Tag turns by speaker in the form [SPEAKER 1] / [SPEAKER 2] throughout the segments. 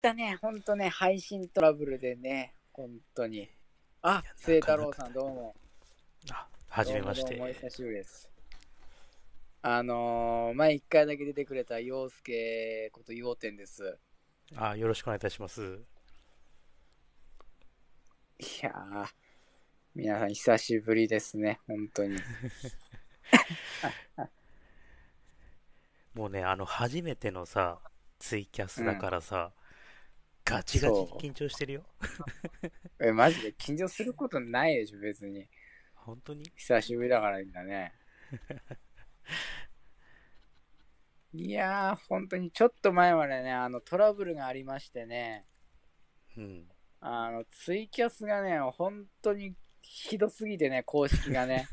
[SPEAKER 1] たね、ほんとね、配信トラブルでね、ほんとに。あ、末太郎さん、どうも。
[SPEAKER 2] あ、はじめまし
[SPEAKER 1] どうもどうもお
[SPEAKER 2] て。
[SPEAKER 1] 久しぶりです。あのー、前一回だけ出てくれた陽介こと陽天です。
[SPEAKER 2] あ、よろしくお願いいたします。
[SPEAKER 1] いやー、皆さん久しぶりですね、本当 に。
[SPEAKER 2] もうね、あの、初めてのさ、ツイキャスだからさ、ガチガチに
[SPEAKER 1] そう
[SPEAKER 2] 緊張してるよ。
[SPEAKER 1] え、マジで緊張することないでしょ、別に。
[SPEAKER 2] 本当に
[SPEAKER 1] 久しぶりだからみんな ね。いやー、本当にちょっと前までね、あのトラブルがありましてね、
[SPEAKER 2] うん。
[SPEAKER 1] あのツイキャスがね、本当にひどすぎてね、公式が ね、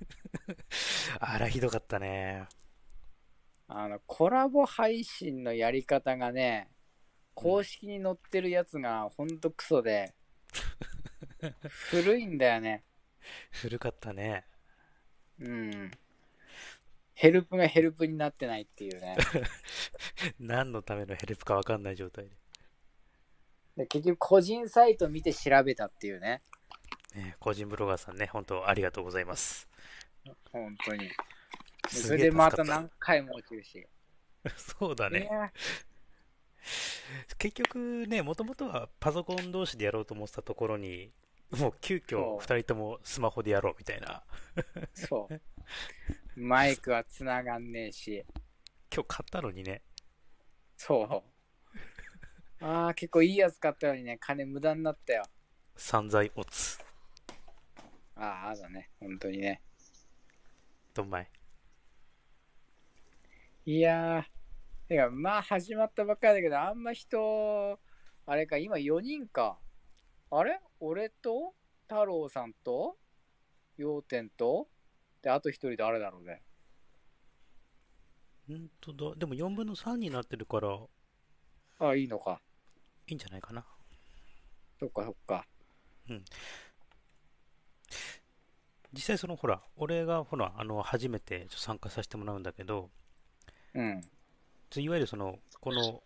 [SPEAKER 2] あら、ひどかったね。
[SPEAKER 1] あのコラボ配信のやり方がね、公式に載ってるやつが本当クソで、古いんだよね。
[SPEAKER 2] 古かったね。
[SPEAKER 1] うん。ヘルプがヘルプになってないっていうね。
[SPEAKER 2] 何のためのヘルプかわかんない状態
[SPEAKER 1] で結局個人サイト見て調べたっていうね。
[SPEAKER 2] で。ね、個人ブロガーさんね、本当ありがとうございます。
[SPEAKER 1] 本当に。
[SPEAKER 2] す
[SPEAKER 1] それ
[SPEAKER 2] げ
[SPEAKER 1] で
[SPEAKER 2] え助か
[SPEAKER 1] ま
[SPEAKER 2] った
[SPEAKER 1] 何回も落ちるし。
[SPEAKER 2] そうだね。
[SPEAKER 1] ね
[SPEAKER 2] 結局ね、もともとはパソコン同士でやろうと思ってたところに、もう急
[SPEAKER 1] そう
[SPEAKER 2] 遽2人ともスマホでやろうみたいな。
[SPEAKER 1] そう。マイクはつながんねえし。
[SPEAKER 2] 今日買ったのにね。
[SPEAKER 1] そう。ああ、結構いいやつ買ったのにね、金無駄になったよ。
[SPEAKER 2] 散財オツ。
[SPEAKER 1] ああ、だね。本当にね。
[SPEAKER 2] どんまい。
[SPEAKER 1] いやー。てか、まあ始まったばっかりだけど、あんま人、あれか、今4人か。あれ俺と太郎さんと陽天とで、あと1人誰だろうね。
[SPEAKER 2] うんとだ、でも4分の3になってるから、い
[SPEAKER 1] ああ、いいのか。
[SPEAKER 2] いんじゃないかな。
[SPEAKER 1] そっかそっか。
[SPEAKER 2] 実際そのほら、俺がほら、あの、初めてちょっと参加させてもらうんだけど、
[SPEAKER 1] うん。
[SPEAKER 2] ちょいわゆるその、この趣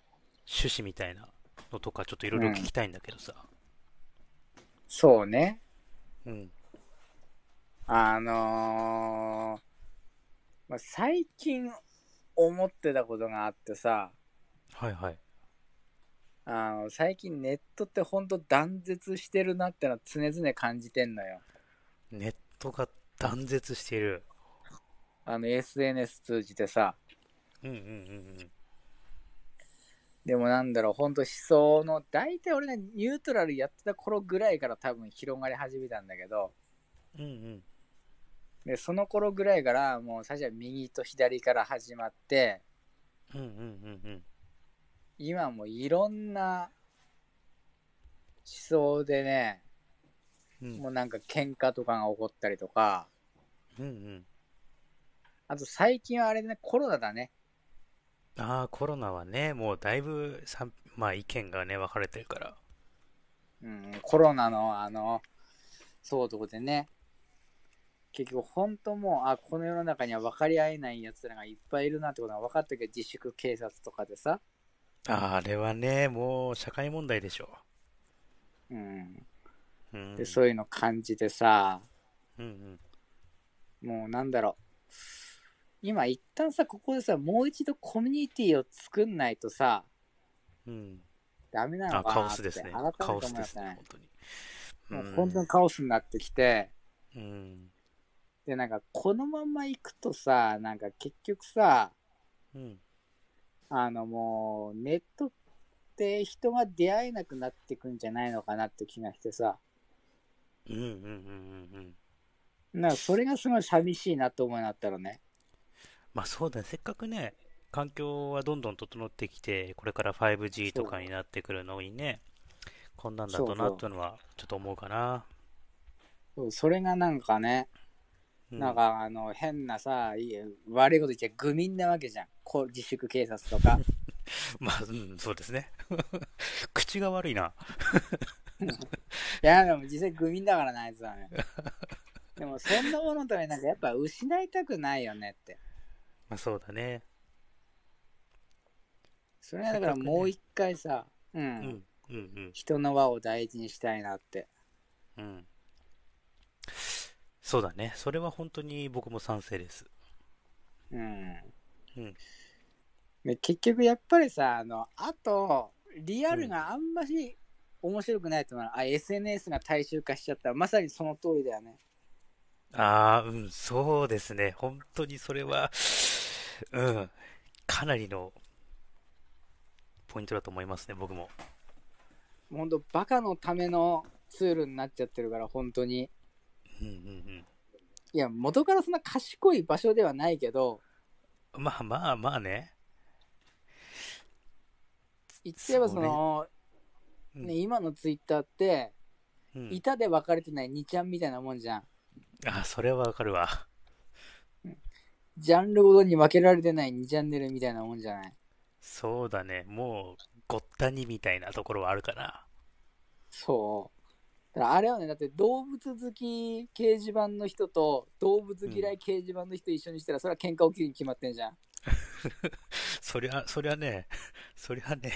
[SPEAKER 2] 旨みたいなのとか、ちょっといろいろ聞きたいんだけどさ。
[SPEAKER 1] そうね。
[SPEAKER 2] うん。
[SPEAKER 1] あのーまあ、最近思ってたことがあってさ、
[SPEAKER 2] はいはい。
[SPEAKER 1] あの最近ネットってほんと断絶してるなってのは常々感じてんのよ。
[SPEAKER 2] ネットが断絶している。
[SPEAKER 1] あの SNS 通じてさ。
[SPEAKER 2] うんうんうん
[SPEAKER 1] でもなんだろう、ほんと思想の、大体俺ね、ニュートラルやってた頃ぐらいから多分広がり始めたんだけど、
[SPEAKER 2] うん。うんうん。
[SPEAKER 1] で、その頃ぐらいからもう最初は右と左から始まって、
[SPEAKER 2] うんうんうんうん。
[SPEAKER 1] 今もいろんな思想でね、
[SPEAKER 2] うん
[SPEAKER 1] もうなんか喧嘩とかが起こったりとか、
[SPEAKER 2] うんうん。
[SPEAKER 1] あと最近はあれね、コロナだね。
[SPEAKER 2] ああ、コロナはね、もうだいぶさん、まあ意見がね、分かれてるから。
[SPEAKER 1] うん、コロナのあの、騒動でね、結局本当もう、あ、この世の中には分かり合えない奴らがいっぱいいるなってことが分かったけど、自粛警察とかでさ、
[SPEAKER 2] あーあれはね、もう社会問題でしょ。
[SPEAKER 1] うん、
[SPEAKER 2] うん。
[SPEAKER 1] でそういうの感じてさ、
[SPEAKER 2] うんうん。
[SPEAKER 1] もうなんだろう。今一旦さ、ここでさ、もう一度コミュニティを作んないとさ、
[SPEAKER 2] うん。
[SPEAKER 1] ダメなの
[SPEAKER 2] あ、
[SPEAKER 1] か
[SPEAKER 2] カ
[SPEAKER 1] な
[SPEAKER 2] オ
[SPEAKER 1] っ
[SPEAKER 2] ス
[SPEAKER 1] て
[SPEAKER 2] ですね
[SPEAKER 1] 改め。て
[SPEAKER 2] カ
[SPEAKER 1] 思
[SPEAKER 2] オス
[SPEAKER 1] っ
[SPEAKER 2] です
[SPEAKER 1] た
[SPEAKER 2] ね
[SPEAKER 1] ね、。
[SPEAKER 2] 本
[SPEAKER 1] も
[SPEAKER 2] 当に。
[SPEAKER 1] う本当にカオスになってきて、
[SPEAKER 2] うん。うん。
[SPEAKER 1] で、なんかこのまま行くとさ、なんか結局さ、
[SPEAKER 2] うん。
[SPEAKER 1] あのもうネットって人が出会えなくなってくんじゃないのかなって気がしてさ、
[SPEAKER 2] うんうんうんうんうん。
[SPEAKER 1] なんかそれがすごい寂しいなと思いなったらね。
[SPEAKER 2] まあそうだね、せっかくね、環境はどんどん整ってきて、これから 5G とかになってくるのにね、こんなんだとな
[SPEAKER 1] そうそう
[SPEAKER 2] ってのはちょっと思うかな。
[SPEAKER 1] そうそれがなんかね、
[SPEAKER 2] うん
[SPEAKER 1] なんかあの変なさ、いい悪いこと言っちゃ愚民なわけじゃん。こう自粛警察と か。
[SPEAKER 2] まあ、うん、そうですね。 口が悪いな。
[SPEAKER 1] いや、でも実際愚民だからな、あいつは ね。でもそんなもののためになんかやっぱ失いたくないよねって。
[SPEAKER 2] まあそうだね。
[SPEAKER 1] それはだからもう一回さ、う、
[SPEAKER 2] うんん。うん
[SPEAKER 1] 人の輪を大事にしたいなって。
[SPEAKER 2] うん。うん。そうだね。それは本当に僕も賛成です。
[SPEAKER 1] うん。
[SPEAKER 2] うん
[SPEAKER 1] で結局やっぱりさ、あの、あと、リアルがあんまり面白くないと思う。あ、SNS が大衆化しちゃった。まさにその通りだよね。
[SPEAKER 2] ああ、うん、そうですね。本当にそれは、うん、かなりのポイントだと思いますね、僕も。
[SPEAKER 1] ほんと、バカのためのツールになっちゃってるから、本当に。
[SPEAKER 2] うんうん
[SPEAKER 1] いや、元からそんな賢い場所ではないけど、
[SPEAKER 2] うん。まあまあまあね。
[SPEAKER 1] 言ってえばその、
[SPEAKER 2] うん
[SPEAKER 1] ね、今のツイッターって、
[SPEAKER 2] うん
[SPEAKER 1] 板で分かれてない2ちゃんみたいなもんじゃん。
[SPEAKER 2] あ、それはわかるわ。
[SPEAKER 1] ジャンルごとに分けられてない2チャンネルみたいなもんじゃない。
[SPEAKER 2] そうだね。もう、ごったにみたいなところはあるかな。
[SPEAKER 1] そう。だからあれはね、だって動物好き掲示板の人と動物嫌い掲示板の人一緒にしたら、それは喧嘩起きるに決まってんじゃん。
[SPEAKER 2] そりゃ、そりゃね、そりゃね、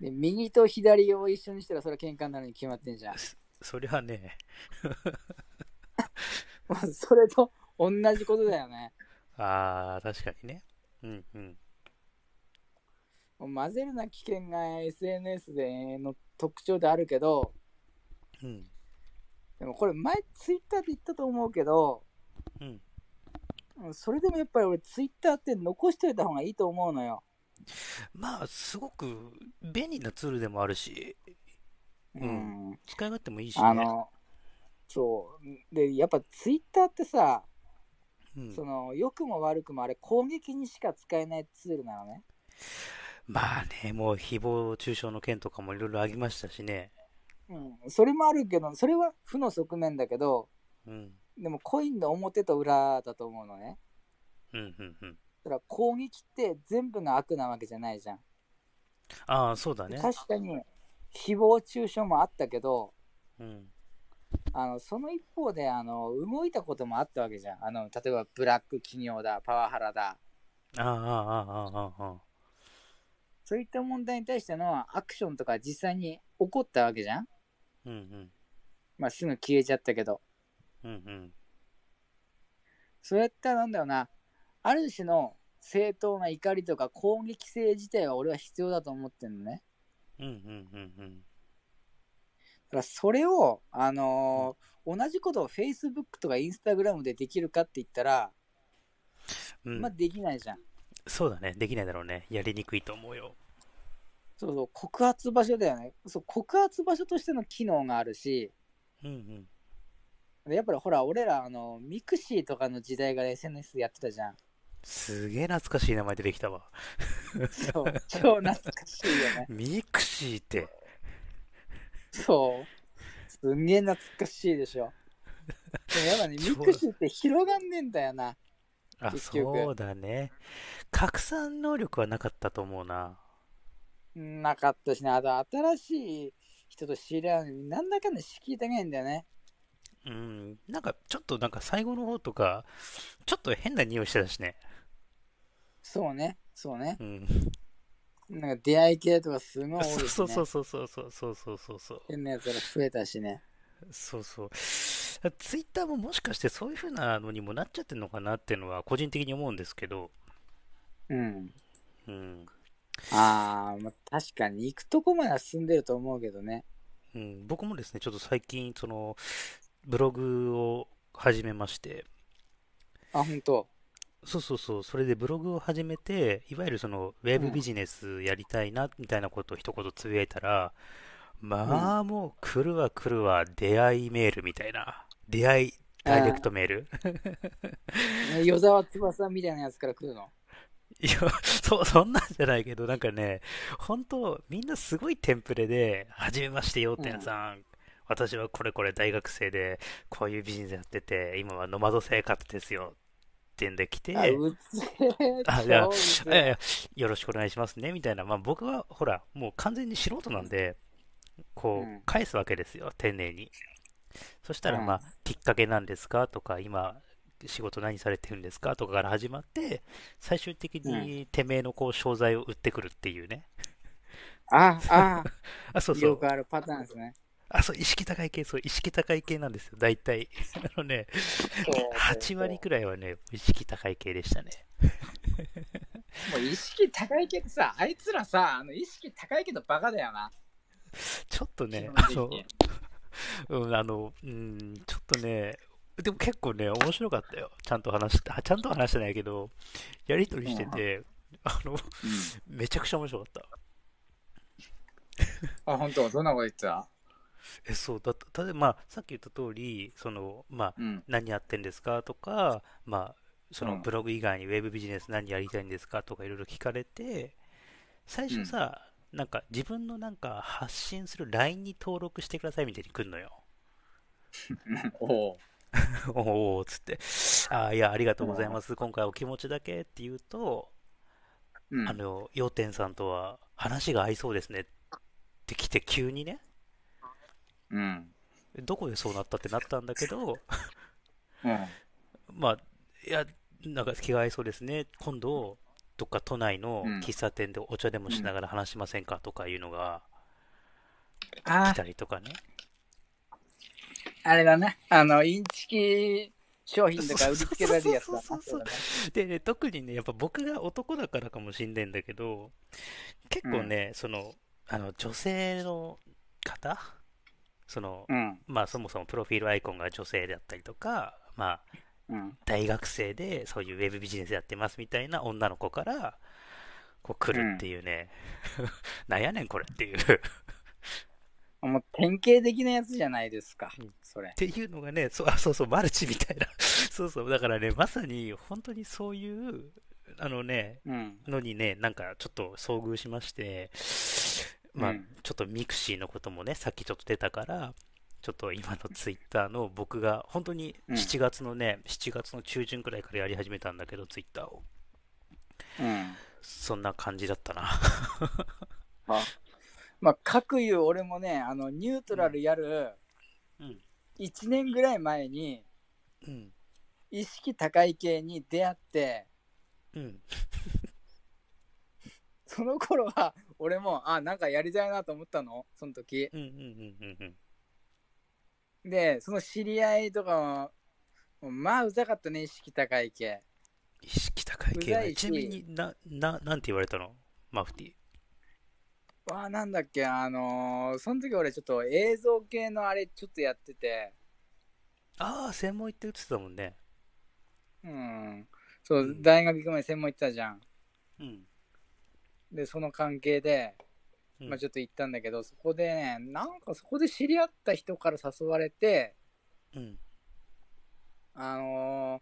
[SPEAKER 1] で、右と左を一緒にしたら、それは喧嘩になるに決まってんじゃん。
[SPEAKER 2] そりゃね、
[SPEAKER 1] もうそれと同じことだよね。
[SPEAKER 2] ああ、確かにね。うんうん。
[SPEAKER 1] もう混ぜるな危険が SNS での特徴であるけど、
[SPEAKER 2] うん。
[SPEAKER 1] でもこれ前ツイッターで言ったと思うけど、
[SPEAKER 2] うん。
[SPEAKER 1] うんそれでもやっぱり俺ツイッターって残しといた方がいいと思うのよ。
[SPEAKER 2] まあ、すごく便利なツールでもあるし、う
[SPEAKER 1] うん
[SPEAKER 2] 使い勝手もいいしね。
[SPEAKER 1] あの、そう。で、やっぱツイッターってさ、
[SPEAKER 2] うん
[SPEAKER 1] その、良くも悪くもあれ、攻撃にしか使えないツールなのね。
[SPEAKER 2] まあね、もう誹謗中傷の件とかもいろいろありましたしね。
[SPEAKER 1] うん。それもあるけど、それは負の側面だけど、
[SPEAKER 2] うん。
[SPEAKER 1] でもコインの表と裏だと思うのね。
[SPEAKER 2] うんうんうん。
[SPEAKER 1] だから攻撃って全部が悪なわけじゃないじゃん。
[SPEAKER 2] ああ、そうだね。
[SPEAKER 1] 確かに、誹謗中傷もあったけど、
[SPEAKER 2] うん。
[SPEAKER 1] あのその一方であの動いたこともあったわけじゃんあの例えばブラック企業だパワハラだ
[SPEAKER 2] ああ、ああ、ああ、ああ。
[SPEAKER 1] そういった問題に対してのアクションとか実際に起こったわけじゃん、
[SPEAKER 2] うんうん。
[SPEAKER 1] まあ、すぐ消えちゃったけど
[SPEAKER 2] うんうん。
[SPEAKER 1] そうやったらなんだろうなある種の正当な怒りとか攻撃性自体は俺は必要だと思ってるのね
[SPEAKER 2] うんうんうんうん。
[SPEAKER 1] だからそれを、あのー同じことを Facebook とか Instagram でできるかって言ったら、
[SPEAKER 2] うん
[SPEAKER 1] まあ、できないじゃん
[SPEAKER 2] そうだね、できないだろうね。やりにくいと思うよ。
[SPEAKER 1] そうそう告発場所だよねそう告発場所としての機能があるし
[SPEAKER 2] うんうん。
[SPEAKER 1] でやっぱりほら、俺ら、あの、ミクシーとかの時代から SNS やってたじゃん。
[SPEAKER 2] すげえ懐かしい名前出てきたわ。
[SPEAKER 1] そう。超懐かしいよね。
[SPEAKER 2] ミクシーって、
[SPEAKER 1] そう。すんげえ懐かしいでしょ。でもやっぱね、
[SPEAKER 2] そう
[SPEAKER 1] ミクシーって広がんねえんだよな。
[SPEAKER 2] あ、
[SPEAKER 1] 結局
[SPEAKER 2] そうだね。拡散能力はなかったと思うな。
[SPEAKER 1] なかったしね。あと、新しい人と知り合うのに、なんだかんだ敷居高いんだよね。
[SPEAKER 2] うん。なんか、ちょっとなんか最後の方とか、ちょっと変な匂いしてたしね。
[SPEAKER 1] そうね。そうね。
[SPEAKER 2] うん。
[SPEAKER 1] なんか出会い系とかすごい多いし、ね。
[SPEAKER 2] そうそうそうそうそうそうそうそうそう。
[SPEAKER 1] 変なやつら増えたしね。
[SPEAKER 2] そうそう。ツイッターももしかしてそういう風なのにもなっちゃってるのかなっていうのは個人的に思うんですけど。
[SPEAKER 1] うん。
[SPEAKER 2] うん。
[SPEAKER 1] あー、まあ、確かに行くとこまでは進んでると思うけどね。
[SPEAKER 2] うん、僕もですね、ちょっと最近、その、ブログを始めまして、
[SPEAKER 1] あ、ほんと。
[SPEAKER 2] そうそうそう、それでブログを始めて、いわゆるその、ウェブビジネスやりたいな、みたいなことを一言つぶやいたら、まあ、もう、来るわ来るわ、出会いメールみたいな、出会いダイレクトメール。
[SPEAKER 1] ね与沢翼みたいなやつから来るの。
[SPEAKER 2] いや、 そう、そんなんじゃないけど、なんかね、本当みんなすごいテンプレで、はじめましてよ、てんさん。私はこれこれ大学生で、こういうビジネスやってて、今はノマド生活ですよ、ってんで来て、
[SPEAKER 1] あ、うぜえ。
[SPEAKER 2] あいや
[SPEAKER 1] 超うぜ
[SPEAKER 2] いやいやよろしくお願いしますね、みたいな。まあ僕は、ほら、もう完全に素人なんで、こ
[SPEAKER 1] うん
[SPEAKER 2] う、返すわけですよ、丁寧に。そしたら、
[SPEAKER 1] うん
[SPEAKER 2] まあ、きっかけなんですかとか、今、仕事何されてるんですかとかから始まって、最終的にてめえのこう、商材を売ってくるっていうね。
[SPEAKER 1] あ、あ、
[SPEAKER 2] あ、そうそ
[SPEAKER 1] よ
[SPEAKER 2] う。
[SPEAKER 1] くあるパターンですね。
[SPEAKER 2] あ、そう、意識高い系、そう、意識高い系なんですよ、大体。あのね、8割くらいはね、意識高い系でしたね。
[SPEAKER 1] もう意識高いけどさ、あいつらさ、あの意識高いけどバカだよな。
[SPEAKER 2] ちょっとね、あ
[SPEAKER 1] 基
[SPEAKER 2] の
[SPEAKER 1] 本的に、
[SPEAKER 2] うん、あの、うん、ちょっとね、でも結構ね、面白かったよ。ちゃんと話して、あちゃんとは話してないけど、やりとりしてて、あの、めちゃくちゃ面白かった。
[SPEAKER 1] あ、本当どんなこと言ってた
[SPEAKER 2] え、そう、だった、例えば、まあ、さっき言った通り、その、まあ、
[SPEAKER 1] うん。
[SPEAKER 2] 何やってんですかとか、まあ、そうの
[SPEAKER 1] ん
[SPEAKER 2] ブログ以外にウェブビジネス何やりたいんですかとかいろいろ聞かれて、最初さ、なんか自分のなんか発信する LINE に登録してくださいみたいに来んのよ。
[SPEAKER 1] おう
[SPEAKER 2] おー おーっつって、あーいや、ありがとうございます、今回お気持ちだけって言うと、
[SPEAKER 1] うん
[SPEAKER 2] あの、要点さんとは話が合いそうですねって来て、急にね、
[SPEAKER 1] うん。
[SPEAKER 2] どこでそうなったってなったんだけ
[SPEAKER 1] う
[SPEAKER 2] ど、
[SPEAKER 1] ん。
[SPEAKER 2] まあ、いや、なんか気が合いそうですね、今度、どっか都内の
[SPEAKER 1] うん
[SPEAKER 2] 喫茶店でお茶でもしながら話しませんかとかいうのが来
[SPEAKER 1] あ、
[SPEAKER 2] たりとかね、
[SPEAKER 1] あれだな。あの、インチキ商品とか売りつけられるやつだな。
[SPEAKER 2] そうそうそうそうでね、特にね、やっぱ僕が男だからかもしんないんだけど、結構ね、その、あの、女性の方その、
[SPEAKER 1] うん。
[SPEAKER 2] まあそもそもプロフィールアイコンが女性だったりとか、まあ
[SPEAKER 1] うん。
[SPEAKER 2] 大学生でそういうウェブビジネスやってますみたいな女の子から、こう来るっていうね、 なんやねんこれっていう。っ
[SPEAKER 1] もう典型的なやつじゃないですか
[SPEAKER 2] うん。
[SPEAKER 1] それ。
[SPEAKER 2] ていうのがね、そう、あ、そうそう、マルチみたいな。 そうそう、だからね、まさに本当にそういう、あのね、
[SPEAKER 1] うん。
[SPEAKER 2] のにね、なんかちょっと遭遇しまして、まあ、
[SPEAKER 1] うん
[SPEAKER 2] ちょっとミクシーのこともね、さっきちょっと出たから、ちょっと今のツイッターの僕が、本当に
[SPEAKER 1] うん
[SPEAKER 2] 7月のね、7月の中旬くらいからやり始めたんだけど、ツイッターを。
[SPEAKER 1] うん。
[SPEAKER 2] そんな感じだっ たな。
[SPEAKER 1] あまあ、かくいう俺もね、あの、ニュートラルやる
[SPEAKER 2] うん。
[SPEAKER 1] 1年ぐらい前に、
[SPEAKER 2] うん。
[SPEAKER 1] 意識高い系に出会って、
[SPEAKER 2] うん。
[SPEAKER 1] その頃は俺も、あ、なんかやりたいなと思ったの、その時。
[SPEAKER 2] うん。うん。うん。うん。
[SPEAKER 1] で、その知り合いとかも、もうまあうざかったね、意識高い系。
[SPEAKER 2] 意識高い系
[SPEAKER 1] うざ
[SPEAKER 2] はい
[SPEAKER 1] し
[SPEAKER 2] ちなみにな、な、なんて言われたのマフティ。
[SPEAKER 1] わあ、なんだっけ、あのーその時俺ちょっと映像系のあれちょっとやってて、
[SPEAKER 2] ああ、専門行って打ってたもんね。
[SPEAKER 1] うん。そうう、
[SPEAKER 2] ん
[SPEAKER 1] 大学行く前に専門行ってたじゃん。
[SPEAKER 2] うん。
[SPEAKER 1] で、その関係で、
[SPEAKER 2] うん
[SPEAKER 1] まあちょっと行ったんだけど、そこでね、なんかそこで知り合った人から誘われて、
[SPEAKER 2] うん。
[SPEAKER 1] あのー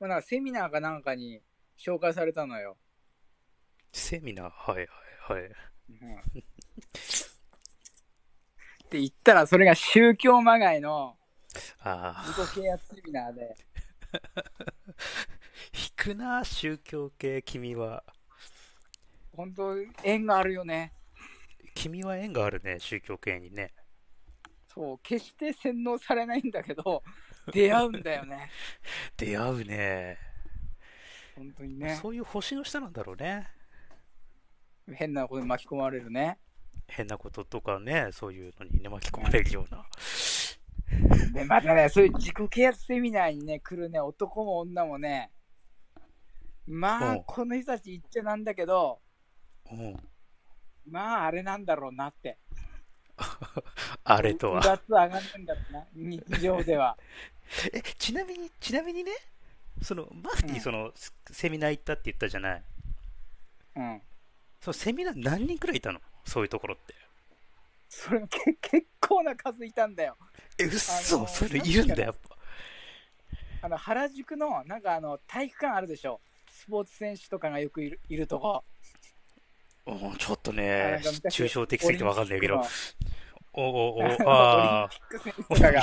[SPEAKER 1] まあ、なんかセミナーかなんかに紹介されたのよ。
[SPEAKER 2] セミナー、はいはいはい。
[SPEAKER 1] って言ったら、それが宗教まがいの
[SPEAKER 2] ああ。
[SPEAKER 1] 自己啓発セミナーで、
[SPEAKER 2] 引くな宗教系君は
[SPEAKER 1] 本当縁があるよね。
[SPEAKER 2] 君は縁があるね宗教系にね
[SPEAKER 1] そう、決して洗脳されないんだけど、出会うんだよね。
[SPEAKER 2] 出会うね
[SPEAKER 1] 本当にね
[SPEAKER 2] そ。ういう星の下なんだろうね
[SPEAKER 1] 変なことに巻き込まれるね。
[SPEAKER 2] 変なこととかねそういうのにね巻き込まれるような
[SPEAKER 1] で、またね、そういう自己啓発セミナーにね、来るね、男も女もね、ま
[SPEAKER 2] う
[SPEAKER 1] あ、
[SPEAKER 2] ん
[SPEAKER 1] この人たち言っちゃなんだけど、
[SPEAKER 2] うん
[SPEAKER 1] まあ、あれなんだろうなって。
[SPEAKER 2] あれと
[SPEAKER 1] う
[SPEAKER 2] は
[SPEAKER 1] がつ上がるんだろうな、日常で は。
[SPEAKER 2] えちなみにちなみにねそのマフティ
[SPEAKER 1] うん
[SPEAKER 2] その、セセミナー行ったって言ったじゃない
[SPEAKER 1] うん。
[SPEAKER 2] そのセミナー何人くらいいたのそういうところって
[SPEAKER 1] それけ結構な数いたんだよ。
[SPEAKER 2] え嘘
[SPEAKER 1] あのー
[SPEAKER 2] それいるん
[SPEAKER 1] なんて
[SPEAKER 2] だ
[SPEAKER 1] いう
[SPEAKER 2] やっぱ
[SPEAKER 1] あの原宿のなんかあの体育館あるでしょ。スポーツ選手とかがよくいるいるとこ。
[SPEAKER 2] うんちょっと
[SPEAKER 1] あ
[SPEAKER 2] ね
[SPEAKER 1] なんか昔
[SPEAKER 2] 抽象的すぎて分かんないけどおおお
[SPEAKER 1] オリンピックの
[SPEAKER 2] ああ
[SPEAKER 1] オリンピック選手とかが。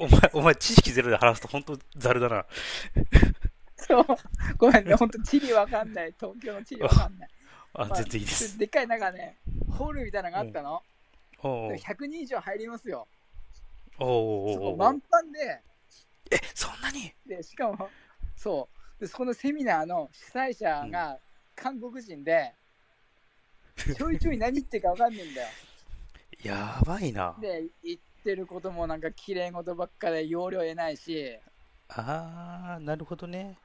[SPEAKER 2] お前、お前、知識ゼロで話すと本当ざるだな。
[SPEAKER 1] そう。ごめんね、ほんと地理わかんない。東京の地理わかんない。
[SPEAKER 2] あ、
[SPEAKER 1] まあ
[SPEAKER 2] 全然いいです。
[SPEAKER 1] でっかいなんかね、ホールみたいなのがあったの。
[SPEAKER 2] おう
[SPEAKER 1] 100人以上入りますよ。
[SPEAKER 2] おうお
[SPEAKER 1] そうこ
[SPEAKER 2] おうおう
[SPEAKER 1] 満帆で。
[SPEAKER 2] え、そんなに
[SPEAKER 1] でしかもそうでそこのセミナーの主催者が韓国人で、ちょいちょい何言ってるか分かんねえんだよ。
[SPEAKER 2] やばいな。
[SPEAKER 1] で、言ってることもなんか綺麗事ばっかで要領得ないし、
[SPEAKER 2] あー、なるほどね。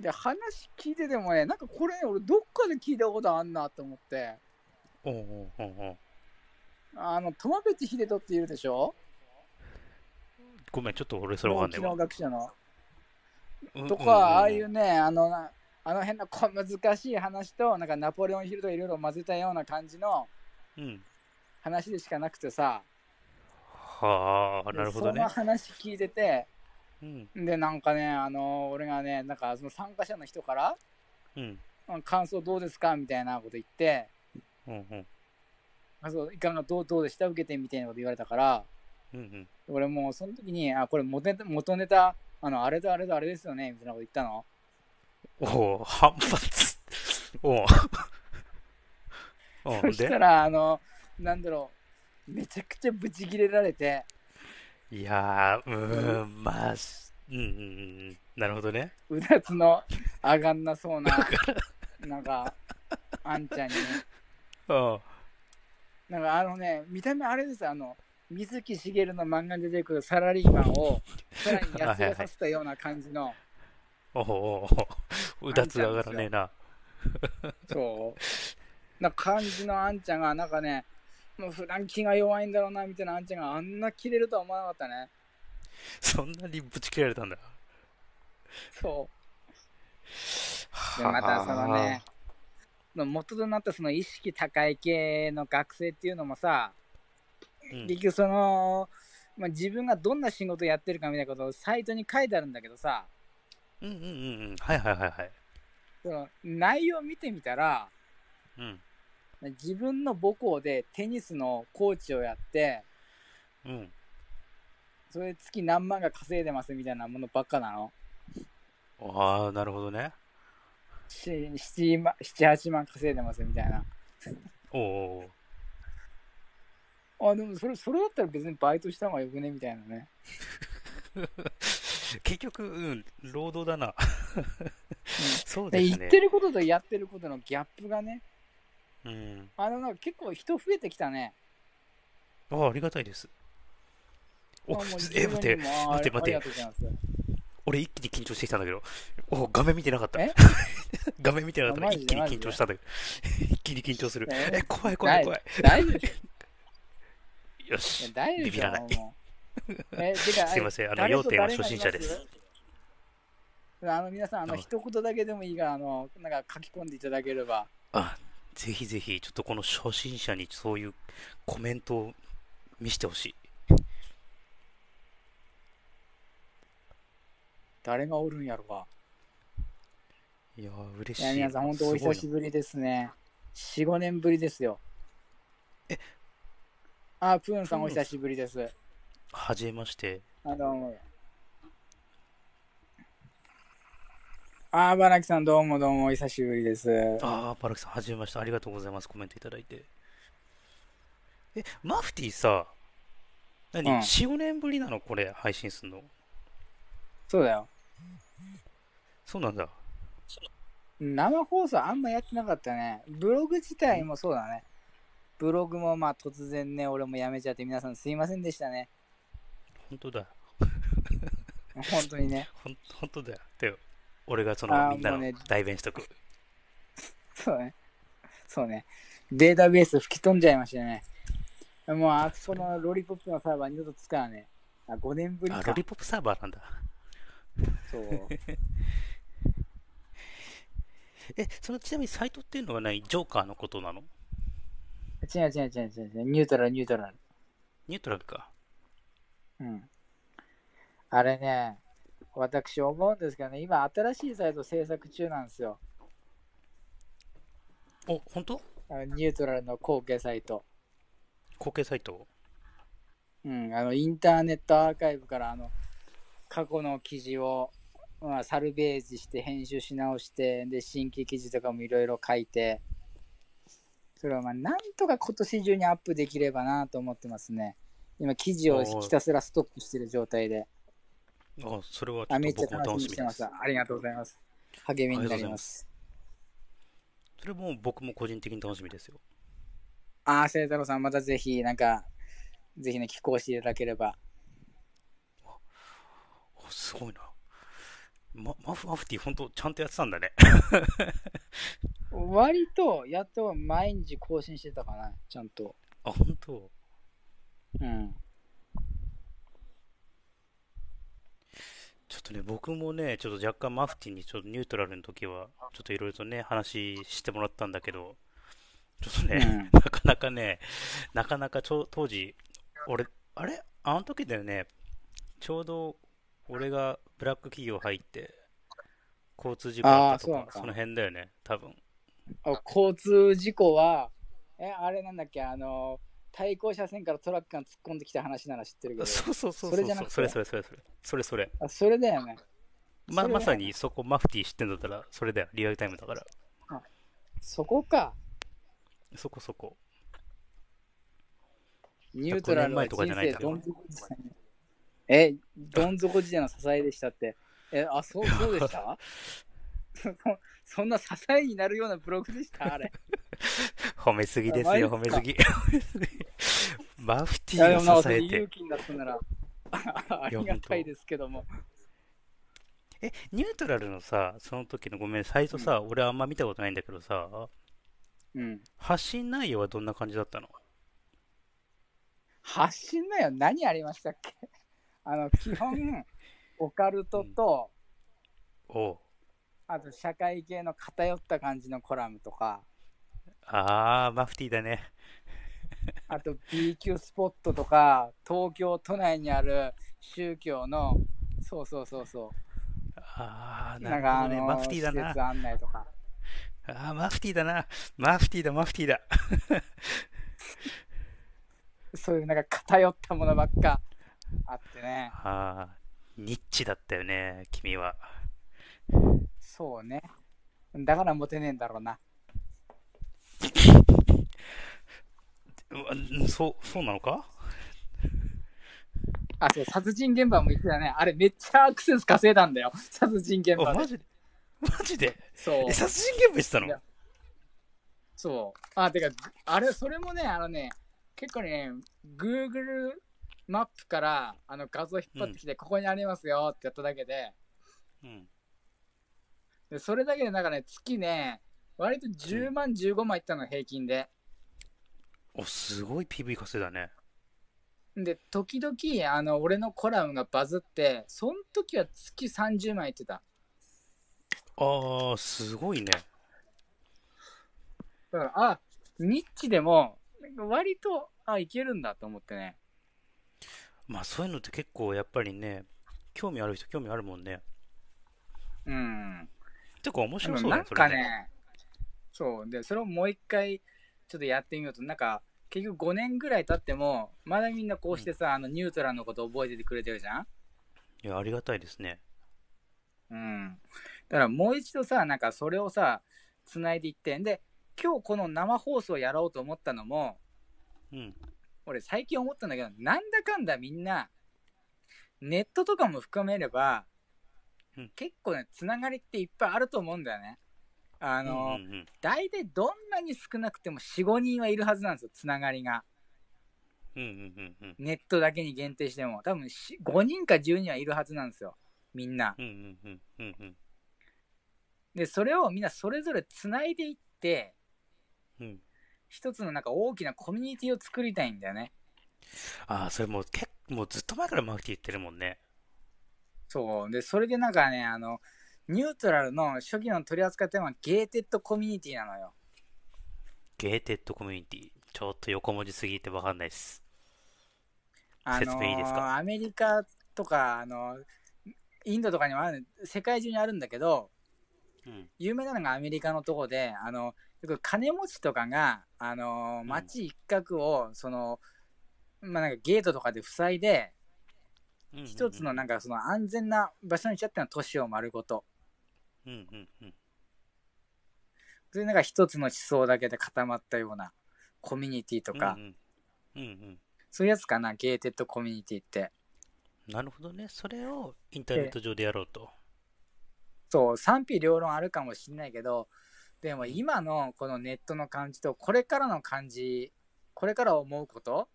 [SPEAKER 1] で、話聞いててもね、なんかこれね、俺どっかで聞いたことあんなと思って、
[SPEAKER 2] おうおうおうおう
[SPEAKER 1] あの、友淵秀人っているでしょ
[SPEAKER 2] ごめん、ちょっと俺それわかんない
[SPEAKER 1] 脳機能。
[SPEAKER 2] わ
[SPEAKER 1] 学者の。
[SPEAKER 2] うん
[SPEAKER 1] と
[SPEAKER 2] うんうん
[SPEAKER 1] か、ああいうね、あの、なあの辺の小難しい話と、なんかナポレオンヒルとかいろいろ混ぜたような感じの
[SPEAKER 2] うん。
[SPEAKER 1] 話でしかなくてさ、
[SPEAKER 2] はあ、なるほど
[SPEAKER 1] そ
[SPEAKER 2] ね
[SPEAKER 1] の。話聞いてて、
[SPEAKER 2] うん。
[SPEAKER 1] で、なんかね、あの、俺がね、なんかその参加者の人から、
[SPEAKER 2] うん。
[SPEAKER 1] うん感想どうですかみたいなこと言って、
[SPEAKER 2] うん。うん。
[SPEAKER 1] あそういかがどうどうでした受けてみたいなこと言われたから、
[SPEAKER 2] うんうん。
[SPEAKER 1] 俺もうその時に、あ、これ元ネタ、元ネタあの、あれとあれとあれですよねみたいなこと言ったの。
[SPEAKER 2] おお、反発。おう おう。
[SPEAKER 1] そした
[SPEAKER 2] で、
[SPEAKER 1] ら、あの、なんだろう、めちゃくちゃブチギレられて、
[SPEAKER 2] いやー、うーん、まあ、しうんうんうんうん。なるほどね。
[SPEAKER 1] うだつの上がんなそうな、なんか、あんちゃんに、
[SPEAKER 2] うん。
[SPEAKER 1] なんかあのね、見た目あれです、あの、水木しげるの漫画に出てくるサラリーマンを、さらに痩せさせたような感じの、
[SPEAKER 2] おうおうおう。うだつが上がらねえな。
[SPEAKER 1] そう。な感じのあんちゃんが、なんかね、もう普段気が弱いんだろうな、みたいなあんちゃんがあんな切れるとは思わなかったね。
[SPEAKER 2] そんなにぶち切られたんだ。
[SPEAKER 1] そう。で、またそのね、元となったその意識高い系の学生っていうのもさ、
[SPEAKER 2] うん
[SPEAKER 1] 結局その、まあ、自分がどんな仕事やってるかみたいなことをサイトに書いてあるんだけどさ、
[SPEAKER 2] うんうんうんうん。はいはいはいはい。
[SPEAKER 1] その内容見てみたら、
[SPEAKER 2] うん。
[SPEAKER 1] 自分の母校でテニスのコーチをやって、
[SPEAKER 2] うん。
[SPEAKER 1] それで月何万が稼いでますみたいなものばっかなの。
[SPEAKER 2] ああ、なるほどね。
[SPEAKER 1] し7万、7、8万稼いでますみたいな。
[SPEAKER 2] おうおうおう。
[SPEAKER 1] あ、でもそれ、それだったら別にバイトした方がよくねみたいなね。
[SPEAKER 2] 結局、うん、労働だな。そう
[SPEAKER 1] で
[SPEAKER 2] です
[SPEAKER 1] 言
[SPEAKER 2] ね
[SPEAKER 1] っ。てることとやってることのギャップがね、
[SPEAKER 2] うん。
[SPEAKER 1] あの、なんか結構人増えてきたね。
[SPEAKER 2] ああ、ありがたいです。お、
[SPEAKER 1] あもう
[SPEAKER 2] え、待って
[SPEAKER 1] 自分、にもあ
[SPEAKER 2] 待て待て
[SPEAKER 1] ありがとうございます。
[SPEAKER 2] 俺一気に緊張してきたんだけど。お、画面見てなかった
[SPEAKER 1] え。
[SPEAKER 2] 画面見てなかった
[SPEAKER 1] あ
[SPEAKER 2] ら
[SPEAKER 1] マジ
[SPEAKER 2] 一
[SPEAKER 1] で
[SPEAKER 2] 気に緊張したんだけど。 一気に緊張する。
[SPEAKER 1] え
[SPEAKER 2] え、怖い怖い怖い。
[SPEAKER 1] 大丈夫でしょ
[SPEAKER 2] よ
[SPEAKER 1] いや
[SPEAKER 2] し。
[SPEAKER 1] 大丈夫
[SPEAKER 2] ビ
[SPEAKER 1] でし
[SPEAKER 2] ビ
[SPEAKER 1] ょ
[SPEAKER 2] らない。
[SPEAKER 1] もうえ、てか、
[SPEAKER 2] すいません、あの、
[SPEAKER 1] 誰
[SPEAKER 2] 要
[SPEAKER 1] と
[SPEAKER 2] 点は
[SPEAKER 1] 誰
[SPEAKER 2] 初
[SPEAKER 1] がい
[SPEAKER 2] 心者です。
[SPEAKER 1] ます。あの、皆さん、あの、
[SPEAKER 2] あ
[SPEAKER 1] 一言だけでもいいから、あの、なんか書き込んでいただければ。
[SPEAKER 2] あ、ぜひぜひ、ちょっとこの初心者にそういうコメントを見せてほしい。
[SPEAKER 1] 誰がおるんやろか。
[SPEAKER 2] いやー、嬉
[SPEAKER 1] い
[SPEAKER 2] しい。
[SPEAKER 1] や、皆さん、本当お久し
[SPEAKER 2] ぶ
[SPEAKER 1] ぶりですね。4、5年ぶりですよ。
[SPEAKER 2] え
[SPEAKER 1] あ、プーンさん、
[SPEAKER 2] プ
[SPEAKER 1] お
[SPEAKER 2] ーンさん
[SPEAKER 1] 久しぶりです。
[SPEAKER 2] はじめまして。
[SPEAKER 1] あ、どうも。あ、バラキさん、どうもどうも、お久しぶりです。
[SPEAKER 2] ああ、パラクさん、はじめまして。ありがとうございます。コメントいただいて。え、マフティーさ、何、
[SPEAKER 1] うん
[SPEAKER 2] ?4、5年ぶりなのこれ、配信すんの。
[SPEAKER 1] そうだよ。
[SPEAKER 2] そうなんだ。
[SPEAKER 1] 生放送あんまやってなかったね。ブログ自体もそうだね。ブログもまあ突然ね、俺もやめちゃって皆さんすいませんでしたね。
[SPEAKER 2] 本当だ。
[SPEAKER 1] 本当にね。
[SPEAKER 2] ほん、本当だよ。で、俺がその、
[SPEAKER 1] あー
[SPEAKER 2] みんな
[SPEAKER 1] もう
[SPEAKER 2] の
[SPEAKER 1] ね
[SPEAKER 2] 代弁しとく。
[SPEAKER 1] そうね。そうね。データベース吹き飛んじゃいましたね。もうあそこのロリポップのサーバー二度と使わねえ。あ、5年ぶり
[SPEAKER 2] あ、
[SPEAKER 1] か
[SPEAKER 2] ロ。リポップサーバーなんだ。
[SPEAKER 1] そう。
[SPEAKER 2] え、その、ちなみにサイトっていうのは何ジョーカーのことなの
[SPEAKER 1] 違う違う違う違う違う。ニュートラル、ニュートラル。
[SPEAKER 2] ニュートラルか。
[SPEAKER 1] うん。あれね、私思うんですけどね、今新しいサイト制作中なんですよ。
[SPEAKER 2] お、本当
[SPEAKER 1] あのニュートラルの後継サイト。
[SPEAKER 2] 後継サイト
[SPEAKER 1] うん、あのインターネットアーカイブからあの過去の記事を、まあ、サルベージして編集し直してで新規記事とかもいろいろ書いてそれをまあなんとか今年中にアップできればなと思ってますね今記事をひたすらストップしてる状態で
[SPEAKER 2] あ、それはちょ
[SPEAKER 1] あ
[SPEAKER 2] っ
[SPEAKER 1] め
[SPEAKER 2] と
[SPEAKER 1] っちゃ
[SPEAKER 2] 僕も
[SPEAKER 1] 楽しみに
[SPEAKER 2] 楽し
[SPEAKER 1] し
[SPEAKER 2] み
[SPEAKER 1] て
[SPEAKER 2] で。
[SPEAKER 1] ますすありがとうございます励みになります
[SPEAKER 2] それも僕も個人的に楽しみですよ。
[SPEAKER 1] ああ、聖太郎さん、またぜひ、なんか、ぜひね、寄稿していただければ。
[SPEAKER 2] おすごいな。ま、マフマフティー本当ちゃんとやってたん だね。
[SPEAKER 1] 割と、やっと毎日更新してたかな、ちゃんと。
[SPEAKER 2] あ、本当
[SPEAKER 1] うん。
[SPEAKER 2] ちょっとね、僕もね、ちょっと若干マフティーにちょっとニュートラルの時は、ちょっといろいろとね、話してもらったんだけど、ちょっと
[SPEAKER 1] う
[SPEAKER 2] ね、
[SPEAKER 1] ん、
[SPEAKER 2] なかなかね、なかなかちょ当時、俺、あれあの時だよね、ちょうど俺がブラック企業入って、交通事故あったと
[SPEAKER 1] あーそうなの、
[SPEAKER 2] か
[SPEAKER 1] か
[SPEAKER 2] その辺だよね、多分。
[SPEAKER 1] あ交通事故は、え、あれなんだっけ、あの、対向車線からトラックが突っ込んできた話なら知ってるけど、
[SPEAKER 2] そうそうそう
[SPEAKER 1] それじ
[SPEAKER 2] そ
[SPEAKER 1] ゃ
[SPEAKER 2] う
[SPEAKER 1] な
[SPEAKER 2] そ
[SPEAKER 1] く
[SPEAKER 2] う、
[SPEAKER 1] て
[SPEAKER 2] それそれそれそれ、それそれ。
[SPEAKER 1] あそれだよね。
[SPEAKER 2] ま、
[SPEAKER 1] それ
[SPEAKER 2] まさにそこマフティー知ってんだったら、それだよ、リアルタイムだから。
[SPEAKER 1] そこか、
[SPEAKER 2] そこそこ。
[SPEAKER 1] ニュートラルは
[SPEAKER 2] 100年前とかじ
[SPEAKER 1] 人
[SPEAKER 2] ゃない
[SPEAKER 1] 生
[SPEAKER 2] んだろ
[SPEAKER 1] どん底時代の。え、どん底時代の支えでしたって。え、あ、そう、そうでしたそそんな支えになるようなブログでしたあれ。
[SPEAKER 2] 褒めすぎです
[SPEAKER 1] あマジっ
[SPEAKER 2] よ、
[SPEAKER 1] すか
[SPEAKER 2] 褒めすぎ。褒めすぎ マフテ
[SPEAKER 1] い
[SPEAKER 2] ィ
[SPEAKER 1] やでもな
[SPEAKER 2] ー
[SPEAKER 1] ん
[SPEAKER 2] を
[SPEAKER 1] か
[SPEAKER 2] 支
[SPEAKER 1] それ
[SPEAKER 2] え
[SPEAKER 1] 勇
[SPEAKER 2] て。
[SPEAKER 1] 気になったならあ
[SPEAKER 2] いや
[SPEAKER 1] りがたいですけども。
[SPEAKER 2] え、ニュートラルのさ、その時のごめん、サイトさ、俺あんま見たことないんだけどさ、
[SPEAKER 1] うん、
[SPEAKER 2] 発信内容はどんな感じだったの
[SPEAKER 1] 発信内容何ありましたっけ あの基 本オカルトと、
[SPEAKER 2] おう
[SPEAKER 1] あと社会系の偏った感じのコラムとか
[SPEAKER 2] あー、マフティーだね。
[SPEAKER 1] あと B 級スポットとか東京都内にある宗教のそうそうそうそ
[SPEAKER 2] あ
[SPEAKER 1] う
[SPEAKER 2] ー、な
[SPEAKER 1] なん
[SPEAKER 2] る
[SPEAKER 1] か
[SPEAKER 2] ほ
[SPEAKER 1] あ
[SPEAKER 2] どね。
[SPEAKER 1] の
[SPEAKER 2] マフティーだ
[SPEAKER 1] 施
[SPEAKER 2] な。
[SPEAKER 1] 設案内とか
[SPEAKER 2] あー、マフティーだな。マフティーだ、マフティーだ。
[SPEAKER 1] そういうなんか偏ったものばっかあってね
[SPEAKER 2] あー、ニッチだったよね、君は。
[SPEAKER 1] そうねだからモテねえんだろうな
[SPEAKER 2] うわうんそう、そうなのか
[SPEAKER 1] あ、そう、殺人現場も言ってたね。あれ、めっちゃアクセス稼いだんだよ。殺人現
[SPEAKER 2] あ、
[SPEAKER 1] 場
[SPEAKER 2] マ
[SPEAKER 1] で。
[SPEAKER 2] ジでマジで
[SPEAKER 1] そう
[SPEAKER 2] え、。殺人現場してた
[SPEAKER 1] い
[SPEAKER 2] の
[SPEAKER 1] やそう。あ、てか、あれ、それもね、あのね、結構ね、Google マップからあの画像引っ張ってきて、ここにありますよってやっただけで、
[SPEAKER 2] うん。
[SPEAKER 1] でそれだけで、なんかね、月ね、割と10万、15万いったの、平均で。
[SPEAKER 2] お、すごい PV 稼いだね。
[SPEAKER 1] で、時々、あの、俺のコラムがバズって、その時は月30万いってた。
[SPEAKER 2] ああ、すごいね。
[SPEAKER 1] だから、あ、ニッチでも、なんか割と、あ、いけるんだと思ってね。
[SPEAKER 2] まあそういうのって結構やっぱりね、興味ある人興味あるもんね。
[SPEAKER 1] うん。
[SPEAKER 2] てか面
[SPEAKER 1] で
[SPEAKER 2] 白
[SPEAKER 1] も
[SPEAKER 2] そう
[SPEAKER 1] な
[SPEAKER 2] だね
[SPEAKER 1] ん、
[SPEAKER 2] それ
[SPEAKER 1] か
[SPEAKER 2] ね。
[SPEAKER 1] ね、そう。で、それをもう一回、ちょっとやってみようと、なんか、結局5年ぐらい経っても、まだみんなこうしてさ、あの、ニュートラルのこと覚えててくれてるじゃん
[SPEAKER 2] いや、ありがたいですね。
[SPEAKER 1] うん。だからもう一度さ、なんかそれをさ、繋いでいって、で、今日この生放送やろうと思ったのも、
[SPEAKER 2] うん。
[SPEAKER 1] 俺最近思ったんだけど、なんだかんだみんな、ネットとかも含めれば
[SPEAKER 2] うん、
[SPEAKER 1] 結構ね、つながりっていっぱいあると思うんだよね。あ
[SPEAKER 2] あ
[SPEAKER 1] の、
[SPEAKER 2] うんうんうん
[SPEAKER 1] 大体どんなに少なくても4、5人はいるはずなんですよ、つながりが。
[SPEAKER 2] うんうんうん
[SPEAKER 1] ネットだけに限定しても。多分し5人か10人はいるはずなんですよ、みんな。
[SPEAKER 2] うんうんうんうんうん
[SPEAKER 1] で、それをみんなそれぞれつないでいって、
[SPEAKER 2] うん
[SPEAKER 1] 一つのなんか大きなコミュニティを作りたいんだよね。
[SPEAKER 2] ああ、それもう結構もうずっと前からマーティー言ってるもんね。
[SPEAKER 1] そう。で、それでなんかね、あの、ニュートラルの初期の取り扱いテーマはゲーテッドコミュニティなのよ。
[SPEAKER 2] ゲーテッドコミュニティ。ちょっと横文字すぎてわかんないです。
[SPEAKER 1] あの
[SPEAKER 2] 説明いいですか
[SPEAKER 1] アメリカとか、あの、インドとかにもある、世界中にあるんだけど、
[SPEAKER 2] うん。
[SPEAKER 1] 有名なのがアメリカのとこで、あの、よく金持ちとかが、あの、
[SPEAKER 2] ん
[SPEAKER 1] 街一角を、その、まあ、なんかゲートとかで塞いで、
[SPEAKER 2] うんうんうん
[SPEAKER 1] 一つのなんかその安全な場所にしちゃったの、都市を丸ごと。
[SPEAKER 2] うんうんうん。
[SPEAKER 1] それなんか一つの思想だけで固まったようなコミュニティとか、
[SPEAKER 2] うんうん。うんうん。
[SPEAKER 1] そういうやつかな、ゲーテッドコミュニティって。
[SPEAKER 2] なるほどね。それをインターネット上でやろうと。
[SPEAKER 1] そう、賛否両論あるかもしれないけど、でも今のこのネットの感じとこれからの感じこれから思うこと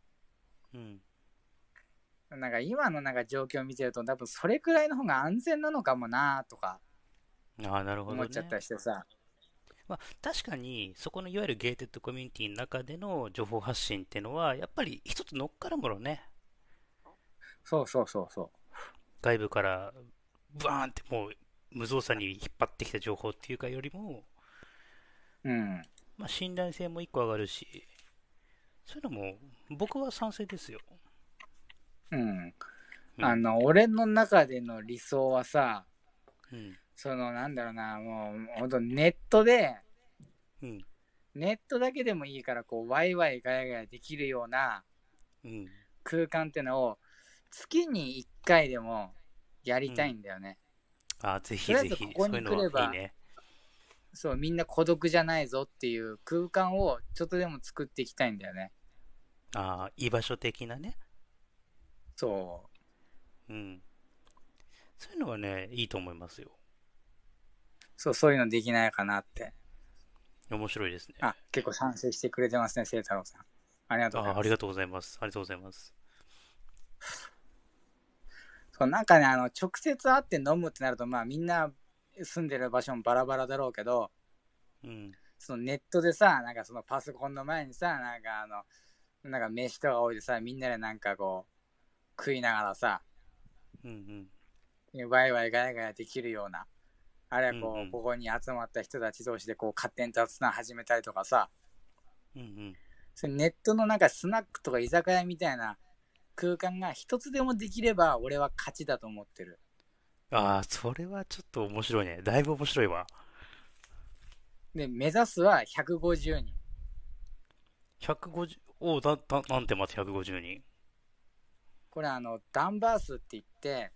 [SPEAKER 2] うん。
[SPEAKER 1] なんか今のなんか状況を見てると多分それくらいの方が安全なのかもなとか
[SPEAKER 2] ああ、なるほ
[SPEAKER 1] 思
[SPEAKER 2] ど
[SPEAKER 1] っちゃ
[SPEAKER 2] ね
[SPEAKER 1] った。りしてさ、
[SPEAKER 2] まあ、確かに、そこのいわゆるゲーテッドコミュニティの中での情報発信っていうのは、やっぱり一つ乗っかるものね。
[SPEAKER 1] そうそうそうそ
[SPEAKER 2] 外部からバーンってもう無造作に引っ張ってきた情報っていうかよりも、
[SPEAKER 1] ううん
[SPEAKER 2] まあ、信頼性も一個上がるし、そういうのも僕は賛成ですよ。
[SPEAKER 1] うん
[SPEAKER 2] うん
[SPEAKER 1] あの俺の中での理想はさ
[SPEAKER 2] うん。
[SPEAKER 1] そのなんだろうなもうほんとネットで
[SPEAKER 2] うん。
[SPEAKER 1] ネットだけでもいいからこうワイワイガヤガヤできるような
[SPEAKER 2] うん。
[SPEAKER 1] 空間ってのを月に1回でもやりたいんだよね、
[SPEAKER 2] ああ、ぜ
[SPEAKER 1] と
[SPEAKER 2] ひ
[SPEAKER 1] りあえ
[SPEAKER 2] ぜ
[SPEAKER 1] ず
[SPEAKER 2] ひ
[SPEAKER 1] こ、こ
[SPEAKER 2] そういう
[SPEAKER 1] に
[SPEAKER 2] の
[SPEAKER 1] 来れば
[SPEAKER 2] はいいね。
[SPEAKER 1] そうみんな孤独じゃないぞっていう空間をちょっとでも作っていきたいんだよね
[SPEAKER 2] ああ、居場所的なね。
[SPEAKER 1] そ
[SPEAKER 2] うん。そういうのはね、いいと思いますよ。
[SPEAKER 1] うそうそういうのできないかなって
[SPEAKER 2] 面白いですね。
[SPEAKER 1] あ結構賛成してくれてますね清太郎さんありがとうござい
[SPEAKER 2] あ
[SPEAKER 1] ます
[SPEAKER 2] ありがとうございます。ありがとうございます。
[SPEAKER 1] そうなんかねあの直接会って飲むってなるとまあみんな住んでる場所もバラバラだろうけど
[SPEAKER 2] うん。
[SPEAKER 1] そのネットでさなんかそのパソコンの前にさなんかあのなんか飯とか置いてさみんなでなんかこう食いながらさ
[SPEAKER 2] うんうん。
[SPEAKER 1] ワイワイガヤガヤできるようなあれはこう、
[SPEAKER 2] うんうん
[SPEAKER 1] ここに集まった人たち同士でこう勝手に雑談始めたりとかさ
[SPEAKER 2] うんうん。
[SPEAKER 1] それネットのなんかスナックとか居酒屋みたいな空間が一つでもできれば俺は勝ちだと思ってる
[SPEAKER 2] ああ、それはちょっと面白いね。だいぶ面白いわ。
[SPEAKER 1] で目指すは150人
[SPEAKER 2] 150、おお、だ、だ、なんてまた150人。
[SPEAKER 1] これあのダンバースって言って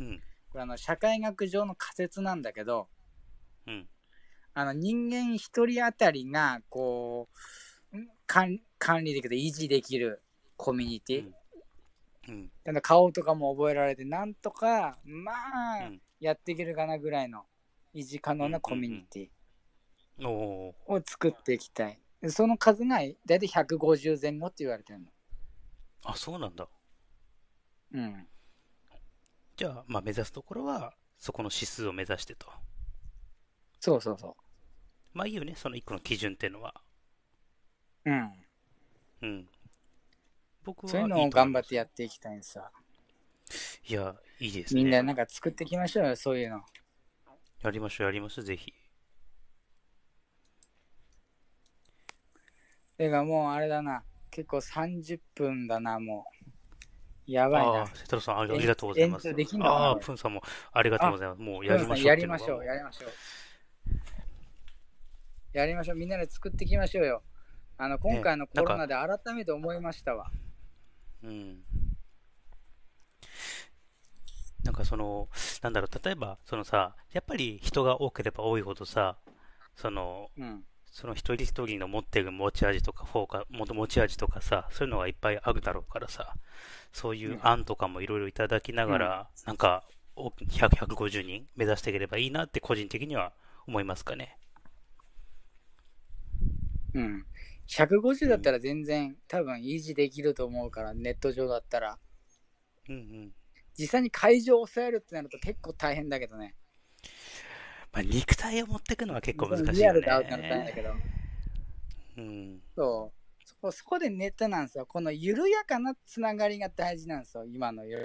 [SPEAKER 2] うん。
[SPEAKER 1] これあの社会学上の仮説なんだけど
[SPEAKER 2] うん。
[SPEAKER 1] あの人間一人当たりがこうん管管理できる維持できるコミュニティ、
[SPEAKER 2] うん。
[SPEAKER 1] ただ顔とかも覚えられてなんとかまあ、
[SPEAKER 2] うん
[SPEAKER 1] やっていけるかなぐらいの維持可能なコミュニテ
[SPEAKER 2] おお
[SPEAKER 1] ィを作っていきたい、その数が大体150前後って言われてるの
[SPEAKER 2] ー。あ、そうなんだ。
[SPEAKER 1] うん
[SPEAKER 2] じゃあ、まあ、目指すところは、そこの指数を目指してと。
[SPEAKER 1] そうそうそ
[SPEAKER 2] まあいいよね、その一個の基準っていうのは。
[SPEAKER 1] ううん
[SPEAKER 2] うん。僕は
[SPEAKER 1] そういうのを頑張ってやっていきたいんさ
[SPEAKER 2] いや、いいですね。
[SPEAKER 1] みんななんか作っていきましょうよそういうの
[SPEAKER 2] やりましょう、やりましょう、ぜひ。
[SPEAKER 1] てかもうあれだな結構30分だなもうやばい
[SPEAKER 2] ああ
[SPEAKER 1] な
[SPEAKER 2] ー、瀬戸郎さん、ありありがとうございます。
[SPEAKER 1] 延長できんのかな
[SPEAKER 2] ああ、
[SPEAKER 1] これ
[SPEAKER 2] プンさんも、ありがとうございます。もうやりましょうっていうのは。
[SPEAKER 1] やりましょうやりましょうやりましょうみんなで作っていきましょうよあの今回のコロナで改めて思いましたわ、
[SPEAKER 2] うんなんかその、なんだろう、例えば、そのさ、やっぱり人が多ければ多いほどさ、その、
[SPEAKER 1] うん
[SPEAKER 2] その一人一人の持ってる持ち味とか、フォーカ、も持ち味とかさ、そういうのがいっぱいあるだろうからさ、そういう案とかもいろいろいただきながら、なんか、お100、150人目指していければいいなって個人的には思いますかね。
[SPEAKER 1] うん150だったら全然多分維持できると思うからネット上だったら
[SPEAKER 2] うんうん。
[SPEAKER 1] 実際に会場を抑えるってなると結構大変だけどね
[SPEAKER 2] まあ、肉体を持っていくのは結構難しい
[SPEAKER 1] リア
[SPEAKER 2] よ
[SPEAKER 1] ルで会うってなると大変だ
[SPEAKER 2] ね。
[SPEAKER 1] けど
[SPEAKER 2] うん。
[SPEAKER 1] そうそこそこでネットなんですよこの緩やかなつながりが大事なんですよ今の世